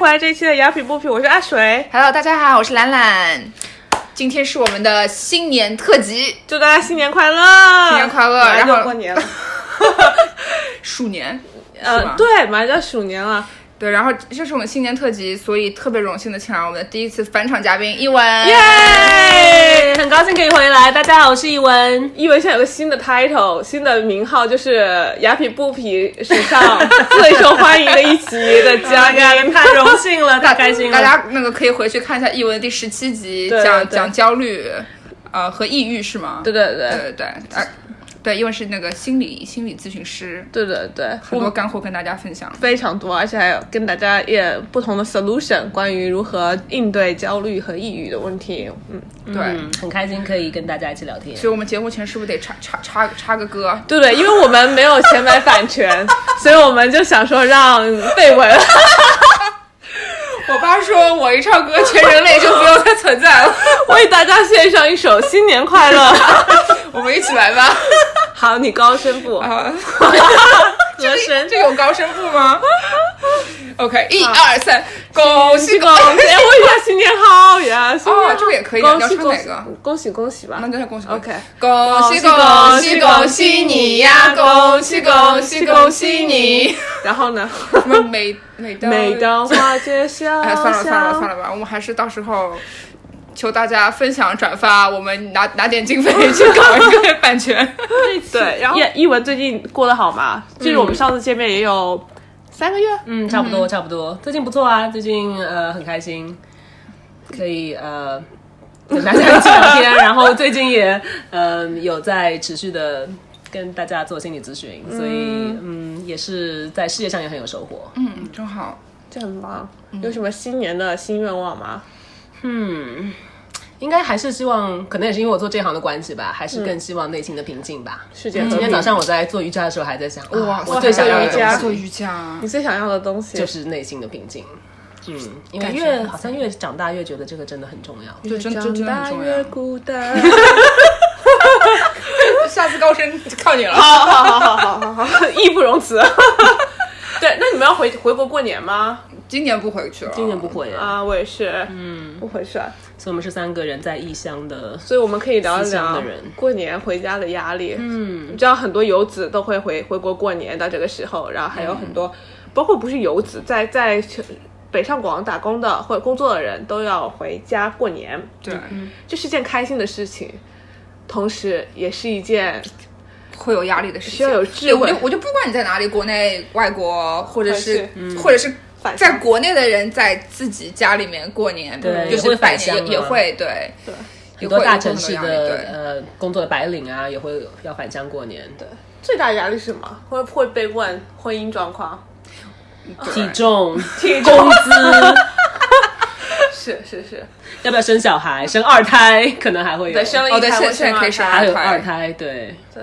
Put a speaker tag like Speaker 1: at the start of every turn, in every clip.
Speaker 1: 来这一期的雅痞不痞，我是阿水，
Speaker 2: Hello，大家好，我是兰兰，今天是我们的新年特辑，
Speaker 1: 祝大家新年快乐！
Speaker 2: 新年快乐
Speaker 1: 啊马上就
Speaker 2: 然后
Speaker 1: 过年了，
Speaker 2: 鼠年，是
Speaker 1: 呃，
Speaker 2: 吗
Speaker 1: 对，马上就要鼠年了，
Speaker 2: 对，然后这是我们新年特辑，所以特别荣幸的请来我们的第一次返场嘉宾一文，耶
Speaker 1: 耶！
Speaker 3: 很高兴可以回来。大家好，我是一文。
Speaker 1: 一文现在有个新的 title，新的名号就是雅痞不痞史上最受欢迎的一期的嘉
Speaker 3: 大
Speaker 1: 宾。
Speaker 3: 家太荣幸了，太开心了。
Speaker 2: 大家那个可以回去看一下一文的第十七集，
Speaker 1: 啊对
Speaker 2: 讲
Speaker 1: 对
Speaker 2: 讲焦虑，呃和抑郁是吗？
Speaker 1: 对
Speaker 2: 对
Speaker 1: 对对
Speaker 2: 对对，呃对，因为是那个心理心理咨询师，
Speaker 1: 对对对，
Speaker 2: 很多干货跟大家分享。
Speaker 1: 非常多，而且还有跟大家也不同的 solution，关于如何应对焦虑和抑郁的问题。嗯，
Speaker 2: 对，
Speaker 3: 嗯，很开心可以跟大家一起聊天。
Speaker 2: 所以我们节目前是不是得插插插插个歌？
Speaker 1: 对对，因为我们没有钱买版权，所以我们就想说让绯闻。
Speaker 2: 我爸说，我一唱歌，全人类就不用再存在了。
Speaker 1: 为大家献上一首《新年快乐》。
Speaker 2: 我们一起来吧。
Speaker 1: 好，你高声部，
Speaker 2: 啊，
Speaker 1: 和声。
Speaker 2: 这有高声部吗？OK，一二三，恭喜恭
Speaker 1: 恭喜！
Speaker 2: 喜！
Speaker 1: 哎，我以为新年好呀，新年好
Speaker 2: 哦这个也可以啊
Speaker 1: 恭喜
Speaker 2: 你要唱
Speaker 1: 恭
Speaker 2: 哪
Speaker 1: 喜
Speaker 2: 个？
Speaker 1: 恭喜恭喜吧
Speaker 2: 那。就是恭喜
Speaker 1: OK
Speaker 2: 恭喜恭喜恭喜你呀！恭喜恭喜恭喜你！
Speaker 1: 然后呢？
Speaker 2: 什么每每当
Speaker 1: 每当花街小
Speaker 2: 哎，
Speaker 1: 巷，
Speaker 2: 算了算了算了吧，我们还是到时候求大家分享转发，我们拿拿点经费去搞一个 版权。
Speaker 1: 对，然后一一文最近过得好吗？就是我们上次见面也有三个月，
Speaker 3: 嗯，差不多，差不多。最近不错啊，最近呃很开心，可以呃跟大家一起聊天。然后最近也嗯、呃有在持续的跟大家做心理咨询，所以嗯也是在事业上也很有收获。
Speaker 2: 嗯，正好。
Speaker 1: 这很棒。有什么新年的新愿望吗？
Speaker 3: 嗯，应该还是希望，可能也是因为我做这行的关系吧，还是更希望内心的平静吧。
Speaker 1: 世界和
Speaker 3: 嗯今天
Speaker 1: 平
Speaker 3: 早，上我在做瑜伽的时候，还在想，
Speaker 2: 哇
Speaker 3: 啊，我最想要
Speaker 1: 做
Speaker 3: 的
Speaker 1: 瑜伽
Speaker 3: 东
Speaker 2: 做
Speaker 3: 西
Speaker 2: 瑜伽
Speaker 1: 你，最想要的东西
Speaker 3: 就是内心的平静。嗯，因为
Speaker 2: 感觉
Speaker 3: 越
Speaker 2: 很
Speaker 3: 好像越长大越觉得这个真的很重要。
Speaker 2: 对，真真真
Speaker 1: 长
Speaker 2: 的
Speaker 1: 大
Speaker 2: 很重
Speaker 1: 越
Speaker 2: 要。
Speaker 1: 孤 单。
Speaker 2: 下次高升靠你了。
Speaker 1: 好好好好好好，义不容 辞。对，那你们要回回国过年吗？
Speaker 2: 今年不回去了，
Speaker 3: 今年不会，
Speaker 2: 哦
Speaker 1: 啊，我也是，嗯，不回去啊，
Speaker 3: 所以我们是三个人在异乡的。
Speaker 1: 所以我们可以聊一
Speaker 3: 思
Speaker 1: 聊
Speaker 3: 乡的人
Speaker 1: 过年回家的压力。嗯，你知道很多游子都会回回国过年到这个时候，然后还有很多，
Speaker 3: 嗯
Speaker 1: 包括不是游子，在在北上广打工的或者工作的人都要回家过年，
Speaker 2: 对，
Speaker 1: 这是件开心的事情，同时也是一件
Speaker 2: 会有压力的事情，
Speaker 1: 需要有智慧
Speaker 2: 对我就我就不管你在哪里，国内、外国，或者
Speaker 1: 还
Speaker 2: 是
Speaker 1: 是
Speaker 2: 或者是
Speaker 1: 反向
Speaker 2: 在国内的人在自己家里面过年，
Speaker 3: 对
Speaker 2: 就
Speaker 3: 也
Speaker 2: 是
Speaker 3: 会
Speaker 2: 拜
Speaker 3: 返
Speaker 2: 年
Speaker 3: 乡
Speaker 2: 也也
Speaker 3: 啊
Speaker 2: 会对，
Speaker 1: 对
Speaker 2: 也
Speaker 3: 很
Speaker 2: 会
Speaker 3: 多
Speaker 2: 有
Speaker 3: 大
Speaker 2: 不同
Speaker 3: 城市
Speaker 2: 压力
Speaker 3: 的呃工作的白领啊，也会要返乡过年。对，
Speaker 1: 最大压力是什么？会会被问婚姻状况，
Speaker 2: 对
Speaker 3: 体
Speaker 2: 对
Speaker 3: 重、
Speaker 1: 体 重
Speaker 3: 工资，
Speaker 1: 是是是，
Speaker 3: 要不要生小孩？生二胎可能还会有，
Speaker 1: 对，生了
Speaker 2: 哦
Speaker 1: 一
Speaker 2: 对，
Speaker 1: 胎，
Speaker 2: 现
Speaker 1: 我
Speaker 2: 在现在可以生
Speaker 1: 二胎
Speaker 3: 还有
Speaker 2: 胎，
Speaker 3: 二胎，对，
Speaker 1: 对，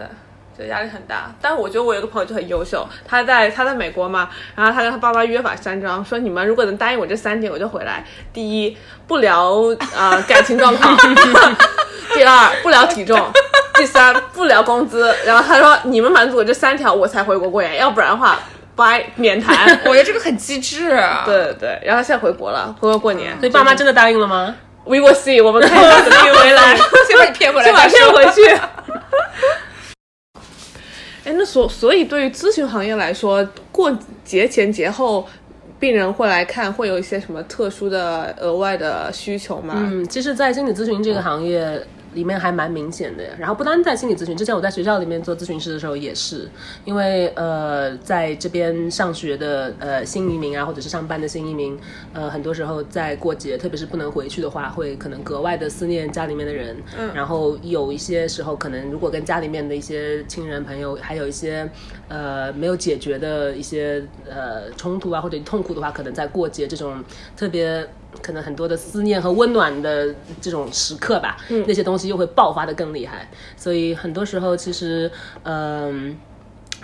Speaker 1: 就压力很大。但我觉得我有个朋友就很优秀，他在他在美国嘛，然后他跟他爸妈约法三章，说你们如果能答应我这三点，我就回来。第一，不聊呃感情状 况；第二，不聊体重；第三，不聊工资。然后他说你们满足我这三条，我才回国过年，要不然的话，拜免谈。
Speaker 2: 我觉得这个很机智啊，
Speaker 1: 对对对，然后他现在回国了，回国过年。
Speaker 3: 所以爸妈真的答应了吗？
Speaker 1: We will see，我们看他怎么运回 来。
Speaker 2: 先把你骗回来
Speaker 1: 就把
Speaker 2: 再
Speaker 1: 骗
Speaker 2: 说。
Speaker 1: 回去。 哎，那所所以对于咨询行业来说，过节前节后，病人会来看，会有一些什么特殊的额外的需求吗？
Speaker 3: 嗯，其实，在心理咨询这个行业里面还蛮明显的。然后不单在心理咨询，之前我在学校里面做咨询师的时候也是，因为呃，在这边上学的呃新移民啊，或者是上班的新移民，呃，很多时候在过节，特别是不能回去的话，会可能格外的思念家里面的人。嗯，然后有一些时候，可能如果跟家里面的一些亲人朋友，还有一些呃没有解决的一些呃冲突啊，或者痛苦的话，可能在过节这种特别。可能很多的思念和温暖的这种时刻吧，那些东西又会爆发的更厉害。所以很多时候，其实，嗯、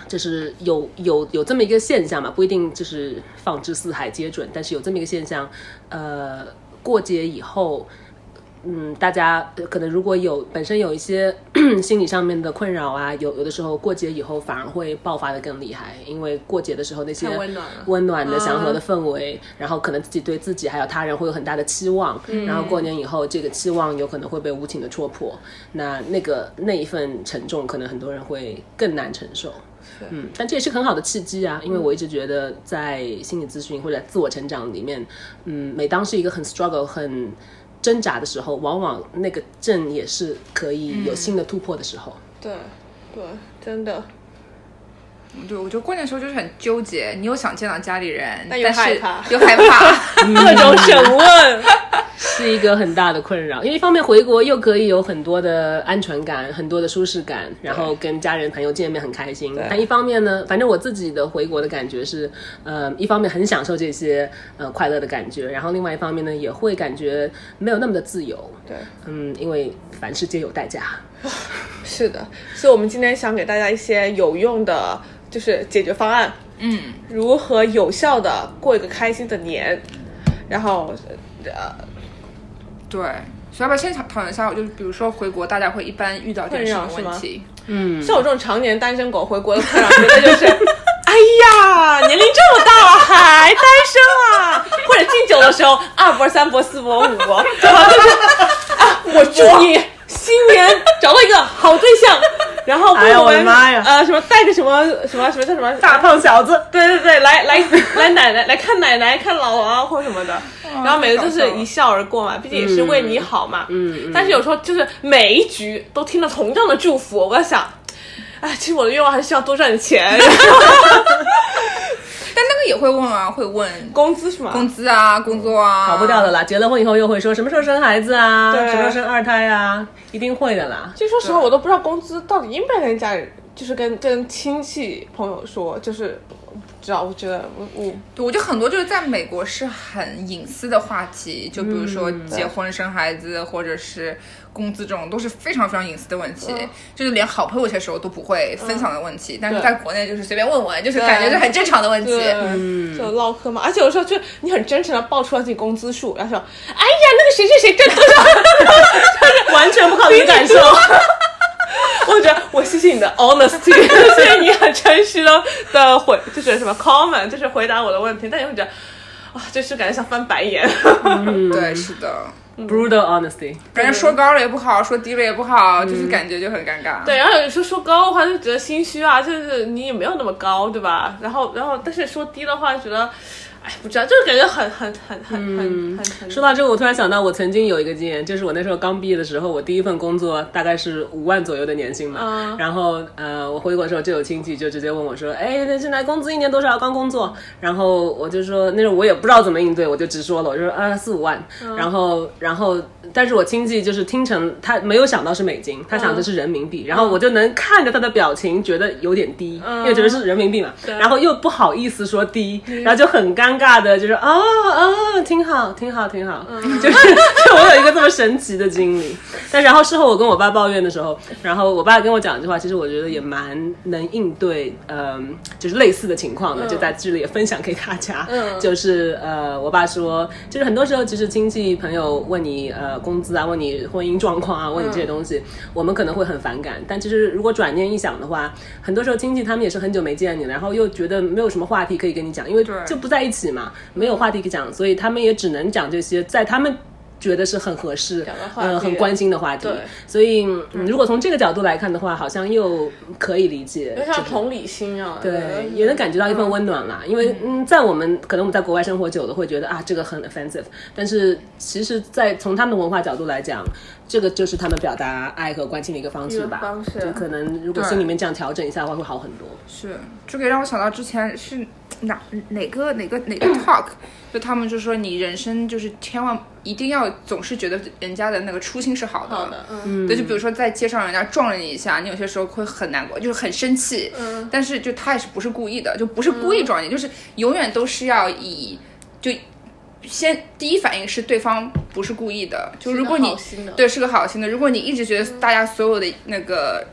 Speaker 3: 就是有有有这么一个现象嘛，不一定就是放之四海皆准，但是有这么一个现象，呃，过节以后。嗯，大家呃可能如果有本身有一些 心理上面的困扰啊，有有的时候过节以后反而会爆发的更厉害，因为过节的时候那些
Speaker 1: 太温暖了啊
Speaker 3: 温暖的祥和的氛围，然后可能自己对自己还有他人会有很大的期望，
Speaker 1: 嗯
Speaker 3: 然后过年以后这个期望有可能会被无情的戳破，那那个那一份沉重，可能很多人会更难承受。嗯，但这也是很好的契机啊，因为我一直觉得在心理咨询或者自我成长里面，嗯，每当是一个很 struggle 很挣扎的时候，往往那个阵也是可以有新的突破的时候。
Speaker 1: 对对，真的，
Speaker 2: 对，我觉得过年的时候就是很纠结，你又想见到家里人，
Speaker 1: 但
Speaker 2: 但
Speaker 1: 又害
Speaker 2: 是
Speaker 1: 怕
Speaker 2: 又害怕，
Speaker 1: 各种审问，
Speaker 3: 是一个很大的困扰，因为一方面回国又可以有很多的安全感，很多的舒适感，然后跟家人朋友见面很开心。但一方面呢，反正我自己的回国的感觉是，呃，一方面很享受这些呃快乐的感觉，然后另外一方面呢，也会感觉没有那么的自由。
Speaker 1: 对。
Speaker 3: 嗯，因为凡事皆有代价。
Speaker 1: 是的，所以我们今天想给大家一些有用的，就是解决方案，
Speaker 2: 嗯，
Speaker 1: 如何有效的过一个开心的年。然后，呃，
Speaker 2: 对。所以要不要先讨讨论一下？我就是比如说回国，大家会一般遇到点
Speaker 1: 困
Speaker 2: 什
Speaker 1: 扰
Speaker 2: 么
Speaker 1: 是吗
Speaker 2: 问题？
Speaker 1: 像我这种常年单身狗回国的困扰，绝对 就是，哎呀，年龄这么大了还单身啊，或者敬酒的时候二伯、三伯、四伯、五伯，然后就是，啊，我祝你新年找到一个好对象。然后
Speaker 3: 哎呀
Speaker 1: 我
Speaker 3: 我的
Speaker 1: 们、
Speaker 3: 妈呀
Speaker 1: 呃，什么带着什么什么什么叫什么
Speaker 3: 胖小子，
Speaker 1: 对对对，来 来来奶奶来看奶奶看姥姥啊或什么的，然后每个就是一笑而过嘛，毕竟也是为你好嘛。嗯。但是有时候就是每一局都听了同样的祝福，我在想，哎，其实我的愿望还是需要多赚点 钱，
Speaker 2: 但那个也会问啊，会问
Speaker 1: 工资是吗？
Speaker 2: 工资啊、工作
Speaker 1: 嗯
Speaker 2: 啊，
Speaker 3: 跑不掉的啦。结了婚以后又会说什么时候生孩子啊，
Speaker 1: 对
Speaker 3: 什么时候生二胎啊，一定会的啦。
Speaker 1: 其实说实话，我都不知道工资到底应不应该跟家人，就是跟跟亲戚朋友说，就是不知道，我觉得我我
Speaker 2: 对，我觉得很多就是在美国是很隐私的话题，就比如说
Speaker 1: 嗯
Speaker 2: 结婚、生孩子，或者是工资这种，都是非常非常隐私的问题，
Speaker 1: 嗯
Speaker 2: 就是连好朋友些时候都不会分享的问题。但是
Speaker 1: 对
Speaker 2: 在国内就是随便问问，就是
Speaker 1: 嗯对
Speaker 2: 感觉是很正常的问题。
Speaker 1: 对，就唠嗑嘛。而且有时候就你很真诚的报出了自己工资数，然后说，哎呀，那个谁谁谁赚多少，就是完全不考虑感受。我觉得我谢谢你的 honesty，谢谢你很诚实的的回，就是什么 comment，就是回答我的问题。但你会觉得，哇，就是感觉像翻白眼。
Speaker 2: 对
Speaker 1: 嗯
Speaker 2: 是的，
Speaker 3: Brutal honesty，
Speaker 2: 感觉说高了也不好，说低了也不好，
Speaker 1: 嗯
Speaker 2: 就是感觉就很尴尬。
Speaker 1: 对，然后有时候说高的话就觉得心虚啊，就是你也没有那么高，对吧？然后，然后但是说低的话就觉得，哎，不知道，就是感觉很很很很很很很
Speaker 3: 说到这个，我突然想到，我曾经有一个经验，就是我那时候刚毕业的时候，我第一份工作大概是五万左右的年薪嘛。
Speaker 1: 嗯
Speaker 3: 然后呃，我回国的时候就有亲戚就直接问我说：“哎，那现在工资一年多少？刚工作。”然后我就说，那时候我也不知道怎么应对，我就直说了，我就说啊四五万。
Speaker 1: 嗯
Speaker 3: 然后然后，但是我亲戚就是听成他没有想到是美金，他
Speaker 1: 嗯
Speaker 3: 想的是人民币。然后我就能看着他的表情，觉得有点低，因为觉得是人民币嘛。然后又不好意思说低，然后就很尴尬的，就是啊啊，挺好，挺好，挺好。就是就 我有一个这么神奇的经历。但然后事后我跟我爸抱怨的时候，然后我爸跟我讲一句话，其实我觉得也蛮能应对，嗯、就是类似的情况的，就在这里也分享给大家。
Speaker 1: 嗯
Speaker 3: 就是呃，我爸说，就是很多时候其实亲戚朋友问你呃工资啊，问你婚姻状况啊，问你这些东西，我们可能会很反感，但其实如果转念一想的话，很多时候亲戚他们也是很久没见你了，然后又觉得没有什么话题可以跟你讲，因为
Speaker 2: 对
Speaker 3: 就不在一起嘛，没有话题可以讲，所以他们也只能讲这些，在他们。觉得是很合适
Speaker 1: 讲的，话
Speaker 3: 呃，
Speaker 1: 题
Speaker 3: 很关心的话题
Speaker 1: 对，
Speaker 3: 所以、嗯如果从这个角度来看的话，好像又可以理解
Speaker 1: 有
Speaker 3: 这
Speaker 1: 点
Speaker 3: 个。
Speaker 1: 像同理心啊，
Speaker 3: 对，也能感觉到一份温暖啦。因为嗯，在我们可能我们在国外生活久了，会觉得啊这个很 offensive，但是其实，在从他们的文化角度来讲，这个就是他们表达爱和关心的一个方式吧。
Speaker 1: 一个方式
Speaker 3: 就可能如果
Speaker 2: 对
Speaker 3: 心里面这样调整一下的话，会好很多。
Speaker 2: 是，这个让我想到之前是哪哪个哪个 哪个 talk，就他们就说你人生就是千万一定要总是觉得人家的那个初心是好的，
Speaker 1: 好的，嗯。
Speaker 2: 对，就比如说在街上人家撞了你一下，你有些时候会很难过，就是很生气。嗯，但是就他也是不是故意的，就不是故意撞你，就是永远都是要以就先第一反应是对方不是故意的，就如果你
Speaker 1: 好心的
Speaker 2: 对是个好心的，如果你一直觉得大家所有的那个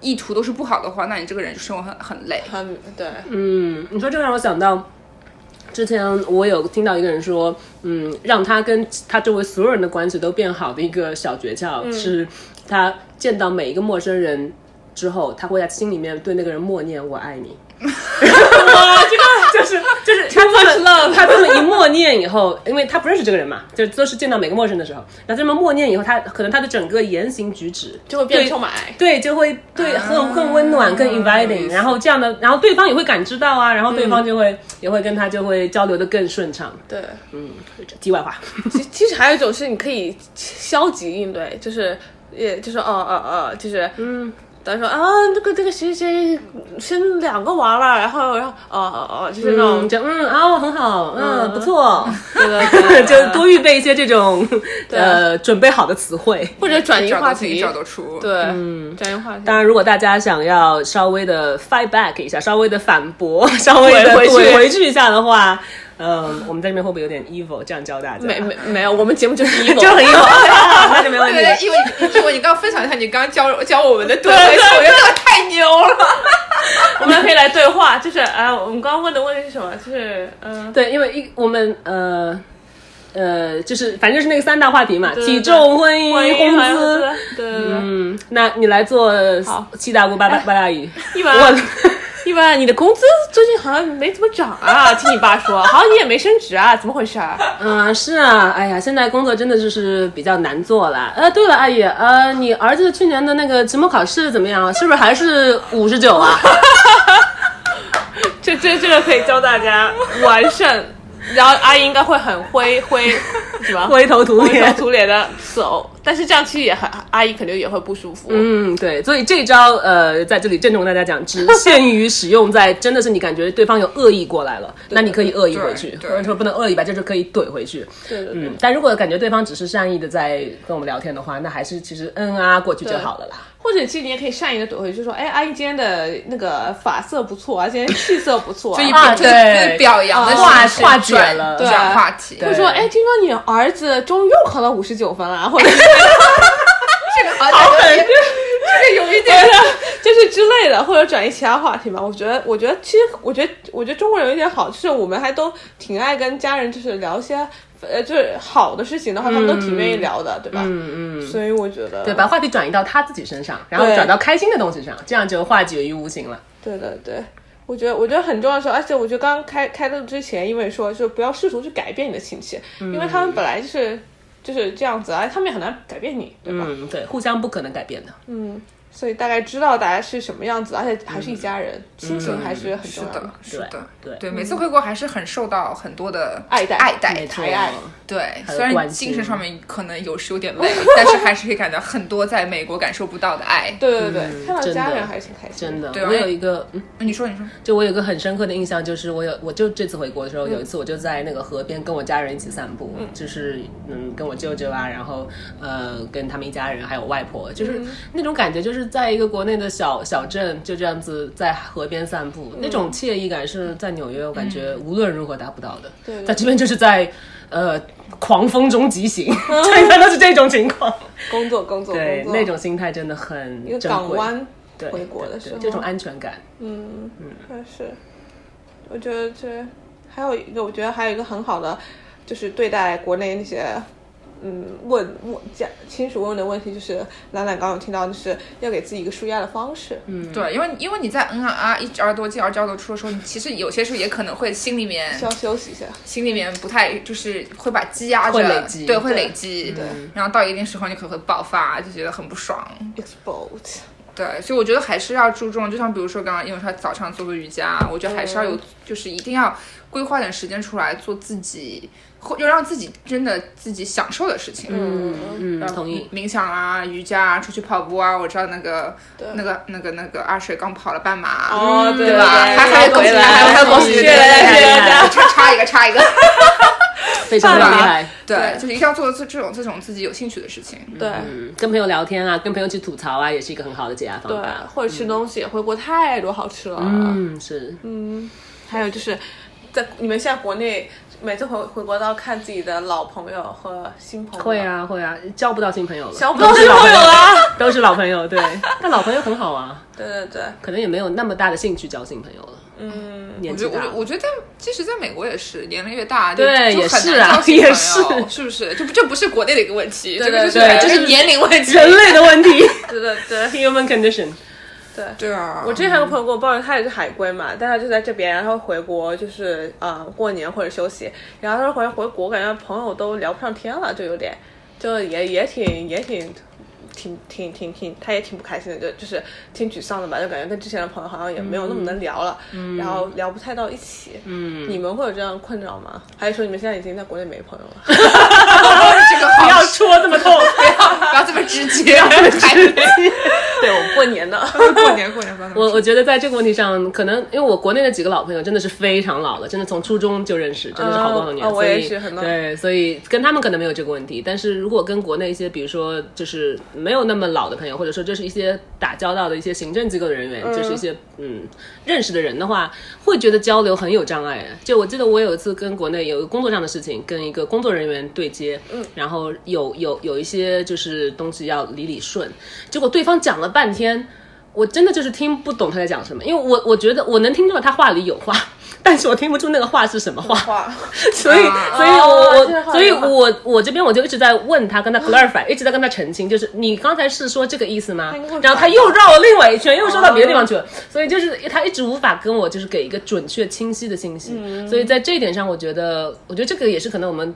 Speaker 2: 意图都是不好的话，那你这个人就生活很很累。
Speaker 1: 很对，
Speaker 3: 嗯，你说这个让我想到，之前我有听到一个人说，嗯，让他跟他周围所有人的关系都变好的一个小诀窍、
Speaker 2: 嗯
Speaker 3: 是，他见到每一个陌生人之后，他会在心里面对那个人默念“我爱 你”。
Speaker 1: 啊
Speaker 3: 哇，这个就是就 是他这
Speaker 1: much
Speaker 3: 么他这么一默念以后，因为他不认识这个人嘛，就都是见到每个陌生人的时候，然后这么默念以后，他可能他的整个言行举止
Speaker 1: 就会变
Speaker 3: 对
Speaker 1: 充满爱。
Speaker 3: 对，就会对更更温暖、更
Speaker 2: 啊有
Speaker 3: inviting，
Speaker 2: 意思
Speaker 3: 然后这样的，然后对方也会感知到啊，然后对
Speaker 2: 嗯
Speaker 3: 方就会、也会跟他就会交流的更顺畅。
Speaker 1: 对，
Speaker 3: 题外话，
Speaker 1: 其其实还有一种是你可以消极应对，就是也就是哦哦哦，就是嗯。他说啊，这个这个谁谁生两个娃了，然后然后哦哦哦，就是那种、
Speaker 3: 嗯，就嗯啊、很好，嗯，不 错，
Speaker 1: 对 对对，
Speaker 3: 就多预备一些这种 呃准备好的词汇。
Speaker 1: 或者转嗯移
Speaker 2: 找
Speaker 1: 话
Speaker 2: 到自己
Speaker 1: 题，
Speaker 2: 找得出。
Speaker 1: 对，转移话题。
Speaker 3: 当然，如果大家想要稍微的 fight back 一下，稍微的反 驳，稍微的
Speaker 1: 回回去
Speaker 3: 怼回去一下的话，嗯，我们在这边会不会有点 evil？这样教大家，
Speaker 1: 没没没有，我们节嗯 目就是 evil，
Speaker 3: 就很 evil，那哦就没问题
Speaker 2: 对
Speaker 3: 了。，
Speaker 2: 因为因为你刚刚分享一下你刚教教我们的对回去，我觉得这个太牛了。
Speaker 1: 我们可以来对话，就是哎，我们刚刚问的问题是什么？就是嗯，
Speaker 3: 对，因为一我们呃呃，就是反正就是那个三大话题嘛，
Speaker 1: 对对
Speaker 3: 体重、婚姻、
Speaker 1: 欢迎
Speaker 3: 工
Speaker 1: 欢迎
Speaker 3: 资。
Speaker 1: 对对对，
Speaker 3: 嗯，那你来做
Speaker 1: 好
Speaker 3: 七大姑八哎大八大姨，
Speaker 1: 一
Speaker 3: 我
Speaker 1: 般一般，你的工资最近好像没怎么涨 啊，听你爸说，好像你也没升职啊，怎么回事啊？
Speaker 3: 嗯是啊，哎呀，现在工作真的就是比较难做了。呃，对了，阿姨，呃，你儿子去年的那个期末考试怎么样啊？是不是还是五十九啊？
Speaker 1: 这这这个可以教大家完善，然后阿姨应该会很灰 灰什么
Speaker 3: 灰头土
Speaker 1: 灰头
Speaker 3: 脸。
Speaker 1: 土脸的走，但是这样其实也很，阿姨肯定也会不舒服。
Speaker 3: 嗯，对，所以这招呃，在这里郑重跟大家讲，只限于使用在真的是你感觉对方有恶意过来了，那你可以恶意回去，
Speaker 2: 对
Speaker 3: 或者说不能恶意吧，就是可以怼回去。
Speaker 1: 对对对
Speaker 3: 嗯，但如果感觉对方只是善意的在跟我们聊天的话，那还是其实嗯啊过去就好了啦。
Speaker 1: 或者其实你也可以善意的怼回去说，哎，阿姨今天的那个发色不错啊，今天气色不错、啊，
Speaker 2: 以
Speaker 3: 啊
Speaker 2: 表就是
Speaker 3: 对
Speaker 2: 就是表扬的
Speaker 3: 化
Speaker 2: 形式
Speaker 3: 化解
Speaker 2: 转
Speaker 3: 了
Speaker 2: 转话题，
Speaker 3: 对
Speaker 1: 会说，哎，听说你儿子终于又考到五十九分了，啊 或者是
Speaker 2: 这个好像有点，这个有一点
Speaker 1: 就是之类的，或者转移其他话题嘛。我觉得，我觉得其实，我觉得，我觉得中国人有一点好，就是我们还都挺爱跟家人就是聊一些，呃，就是好的事情的话，他们都挺愿意聊的，对吧？嗯嗯。所以我觉得，
Speaker 3: 对，把？话题转移到他自己身上，然后
Speaker 1: 对
Speaker 3: 转到开心的东西上，这样就化解于无形了。
Speaker 1: 对对对。我觉得，我觉得很重要的是，而且我觉得刚刚开开录之前，因为说就是不要试图去改变你的亲戚，
Speaker 3: 嗯
Speaker 1: 因为他们本来就是就是这样子啊，他们也很难改变你，对吧？
Speaker 3: 嗯，对，互相不可能改变的。
Speaker 1: 嗯所以大概知道大家是什么样子，而且还是一家人，
Speaker 3: 嗯
Speaker 1: 亲情还是很
Speaker 2: 是
Speaker 1: 重要
Speaker 2: 的，是的，
Speaker 3: 对
Speaker 2: 对，每次回国还是很受到很多的
Speaker 1: 爱戴
Speaker 2: 爱戴
Speaker 3: 没错
Speaker 1: 抬爱
Speaker 2: 对，
Speaker 3: 有
Speaker 2: 虽然
Speaker 3: 关
Speaker 2: 精神
Speaker 3: 心
Speaker 2: 上面可能有时有点累， 但是还是可以感到很多在美国感受不到的爱。
Speaker 1: 对对对，看到
Speaker 3: 真
Speaker 1: 家
Speaker 3: 的
Speaker 1: 人还是挺开心。
Speaker 3: 嗯真的，
Speaker 2: 对
Speaker 3: 我
Speaker 2: 而
Speaker 3: 有
Speaker 2: 且
Speaker 3: 一个，嗯，
Speaker 2: 你说，你说，
Speaker 3: 就我有一个很深刻的印象，就是我有，我就这次回国的时
Speaker 1: 嗯
Speaker 3: 候，有一次我就在那个河边跟我家人一起散步，就是嗯，跟我舅舅啊，然后呃，跟他们一家人还有外婆，就是
Speaker 1: 嗯
Speaker 3: 那种感觉，就是在一个国内的小小镇就这样子在河边散步，那
Speaker 1: 嗯
Speaker 3: 种惬意感是在纽约我感觉无论如何达不到的，
Speaker 1: 对嗯对
Speaker 3: 在这边就是在呃狂风中疾 行， 对，它都是这种情况，
Speaker 1: 工作工作
Speaker 3: 对
Speaker 1: 工，作
Speaker 3: 那种心态真的很
Speaker 1: 一个
Speaker 3: 珍
Speaker 1: 港
Speaker 3: 贵
Speaker 1: 湾
Speaker 3: 对
Speaker 1: 回国
Speaker 3: 对
Speaker 1: 的
Speaker 3: 对
Speaker 1: 时候，
Speaker 3: 这种安全感，
Speaker 1: 嗯但是我觉得这还有一个，我觉得还有一个很好的，就是对待国内那些。嗯，问问家亲属问的问题就是，兰兰刚刚有听到，就是要给自己一个舒压的方式。嗯，
Speaker 2: 对，因为因为你在 N R R 一直耳朵进耳朵出的时候，你其实有些时候也可能会心里面
Speaker 1: 需要休息一下。
Speaker 2: 心里面不太就是会把积压着，
Speaker 3: 会累积
Speaker 2: 对，会
Speaker 1: 对
Speaker 2: 累积，对，然后到一定时候你可能会爆发，就觉得很不爽，
Speaker 1: Explode。
Speaker 2: 对，所以我觉得还是要注重，就像比如说刚刚因为他早上做做瑜伽，我觉得还是要有，就是一定要规划点时间出来做自己，或要让自己真的自己享受的事情。嗯，
Speaker 3: 嗯，同意。
Speaker 2: 冥想啊，瑜伽啊，出去跑步啊。我知道那个那个那个那个阿水刚跑了半马，
Speaker 1: 哦，对
Speaker 2: 对吧？还还有
Speaker 1: 回
Speaker 2: 恭喜你，
Speaker 1: 来
Speaker 2: 还有还有恭喜你，
Speaker 1: 谢
Speaker 2: 对
Speaker 1: 谢
Speaker 2: 对
Speaker 1: 大家
Speaker 2: 对
Speaker 1: 谢
Speaker 2: 对
Speaker 1: 谢大家。
Speaker 2: 对插插一个插一个，
Speaker 3: 非常的厉害。
Speaker 2: 对，就是一定要做这这种这种自己有兴趣的事情。
Speaker 1: 对，
Speaker 3: 嗯，跟朋友聊天啊，跟朋友去吐槽啊，也是一个很好的解压方
Speaker 1: 对
Speaker 3: 法。，
Speaker 1: 或者吃东西，回国太多好吃了。
Speaker 3: 嗯，是，
Speaker 1: 还有就是，在你们现在国内每次回回国都要看自己的老朋友和新朋友，
Speaker 3: 会，啊会啊，交不到新朋友了，
Speaker 1: 交不到新朋友啊。
Speaker 3: 都是老朋友，对。但老朋友很好啊，
Speaker 1: 对对对，
Speaker 3: 可能也没有那么大的兴趣交新朋友了。
Speaker 1: 嗯，
Speaker 3: 年
Speaker 2: 我
Speaker 3: 纪
Speaker 2: 觉得，
Speaker 3: 大
Speaker 2: 我
Speaker 3: 了。
Speaker 2: 我觉得在，即使在美国也是，年龄越大，
Speaker 3: 对
Speaker 2: 就就很
Speaker 3: 也是
Speaker 2: 难
Speaker 3: 啊
Speaker 2: 交新朋
Speaker 3: 也
Speaker 2: 友
Speaker 3: 是
Speaker 2: 是不是？这不这不是国内的一个问题，
Speaker 1: 对
Speaker 2: 这个
Speaker 1: 对
Speaker 2: 是
Speaker 3: 对
Speaker 2: 这
Speaker 3: 就是
Speaker 2: 是年龄问题。
Speaker 3: 人类的问题
Speaker 1: 对对对。
Speaker 3: ，human condition。
Speaker 2: 对啊，
Speaker 1: 我之前还有个朋友跟我抱怨，他也是海归嘛，但他就在这边，然后回国就是呃过年或者休息，然后他说回回国感觉朋友都聊不上天了，就有点，就也也挺也挺挺挺挺挺，他也挺不开心的，就就是挺沮丧的吧，就感觉跟之前的朋友好像也没有那么能聊了，嗯然后聊不太到一起。嗯，你们会有这样的困扰吗？还是说你们现在已经在国内没朋友 了？
Speaker 2: 这个好
Speaker 3: 不要戳这么痛，
Speaker 2: 不要这么直接，过
Speaker 1: 对我过年 的，
Speaker 2: 年过年不要这么直接
Speaker 3: 我我觉得在这个问题上，可能因为我国内的几个老朋友真的是非常老了，真的从初中就认识，真的是好多好多年。
Speaker 1: 啊啊我
Speaker 3: 所以
Speaker 1: 也是很多
Speaker 3: 对，所以跟他们可能没有这个问题，但是如果跟国内一些，比如说就是没有那么老的朋友，或者说就是一些打交道的一些行政机构的人员，就是一些嗯认识的人的话，会觉得交流很有障碍。就我记得我有一次跟国内有一个工作上的事情，跟一个工作人员对接，嗯，然后有有有一些就是东西要理理顺，结果对方讲了半天。我真的就是听不懂他在讲什么，因为我我觉得我能听到他话里有话， 但是我听不出那个话是什么话，
Speaker 1: 话
Speaker 3: 所以
Speaker 2: 啊
Speaker 3: 所以
Speaker 1: 哦
Speaker 3: 我
Speaker 1: 这个
Speaker 3: 我
Speaker 1: 话
Speaker 3: 所以
Speaker 1: 这个话
Speaker 3: 我我这边我就一直在问他，跟他 clarify，一直在跟他澄清，就是你刚才是说这个意思吗
Speaker 1: 他应该会？哦
Speaker 3: 然后他又绕了另外一圈，又说到别的地方去了，所以就是他一直无法跟我就是给一个准确清晰的信息，
Speaker 1: 嗯
Speaker 3: 所以在这一点上，我觉得我觉得这个也是可能我们。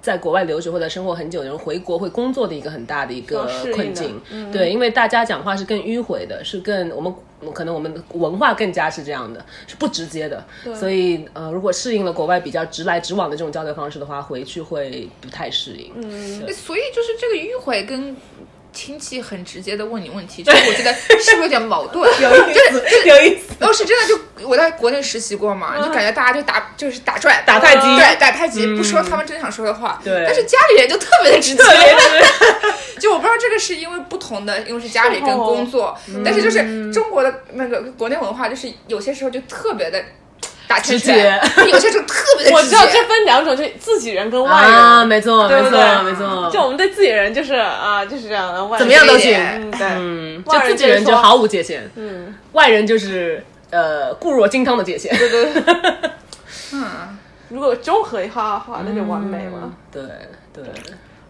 Speaker 3: 在国外留学或者生活很久的人回国会工作的一个很大的一个
Speaker 1: 要适应的嗯
Speaker 3: 困境，对，因为大家讲话是更迂回的，是更我们可能我们的文化更加是这样的，是不直接的，所以呃，如果适应了国外比较直来直往的这种交流方式的话，回去会不太适应。嗯，
Speaker 2: 所以就是这个迂回跟亲戚很直接的问你问题，就是我觉得是不是有点矛盾？有一点，
Speaker 3: 有意思，
Speaker 2: 当时真的就我在国内实习过嘛，就感觉大家就打就是打转
Speaker 3: 嗯打太极嗯
Speaker 2: 对，打太极不说他们真想说的话，
Speaker 3: 对
Speaker 2: 但是家里人就特别的直接，
Speaker 3: 特别 是
Speaker 2: 就我不知道这个是因为不同的，因为是家里跟工作，
Speaker 3: 嗯
Speaker 2: 但是就是中国的那个国内文化，就是有些时候就特别的打圈圈，有些时候特别的
Speaker 1: 我
Speaker 2: 直
Speaker 1: 知道
Speaker 2: 接
Speaker 1: 这。分两种，就自己人跟外人。
Speaker 3: 啊，没错，
Speaker 1: 对不
Speaker 3: 没错，
Speaker 1: 对？
Speaker 3: 没错，
Speaker 1: 就我们对自己人就是啊，就是这样的，外人
Speaker 3: 怎么样都行
Speaker 1: 嗯，对，
Speaker 3: 嗯就
Speaker 1: 外
Speaker 3: 自己
Speaker 1: 是
Speaker 3: 人就
Speaker 1: 说，
Speaker 3: 毫无界限，
Speaker 1: 嗯，
Speaker 3: 外人就是呃固若金汤的界限。
Speaker 1: 对对对。
Speaker 2: 嗯，
Speaker 1: 如果综合一下的话，那就完美了。
Speaker 3: 嗯对对，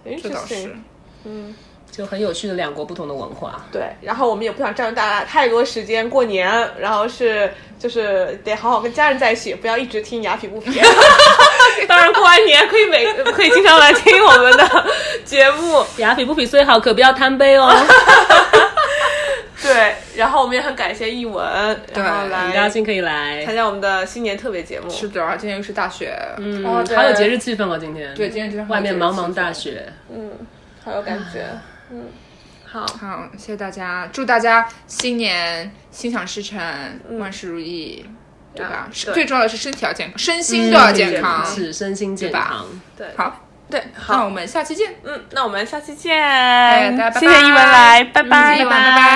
Speaker 1: 嗯
Speaker 2: 这倒是
Speaker 1: Interesting。。
Speaker 3: 就很有趣的两国不同的文化。
Speaker 1: 对，然后我们也不想占用大家太多时间过年，然后是就是得好好跟家人在一起，不要一直听雅啊痞不 平。当然，过完年可以每 可以经常来听我们的节目。
Speaker 3: 雅痞不痞虽好，可不要贪杯哦。
Speaker 1: 对，然后我们也很感谢译文，然后
Speaker 2: 对
Speaker 3: 很高
Speaker 1: 来
Speaker 3: 兴可以来
Speaker 1: 参，加我们的新年特别节目。
Speaker 2: 是的啊，今天又是大雪，嗯，
Speaker 1: 哦
Speaker 3: 好有节日气氛哦，今天。
Speaker 2: 对，今天真的好
Speaker 3: 外面
Speaker 2: 有节日
Speaker 3: 茫茫
Speaker 2: 气氛
Speaker 3: 大。雪，
Speaker 1: 好有感觉。嗯，好，
Speaker 2: 好，谢谢大家，祝大家新年心想事成，万事如意，对吧
Speaker 1: 嗯啊？嗯
Speaker 2: 是
Speaker 1: 对
Speaker 2: 最重要的是身体要健康，身心都要健康。
Speaker 3: 是身心健
Speaker 2: 吧
Speaker 3: 康。
Speaker 1: 对，
Speaker 2: 好，
Speaker 1: 对，
Speaker 2: 那
Speaker 1: 好，
Speaker 2: 我们下期见，
Speaker 1: 嗯，那我们下期见，
Speaker 2: 大家拜拜嗯
Speaker 1: 谢谢一文来，拜
Speaker 2: 拜
Speaker 1: 拜，
Speaker 2: 拜拜。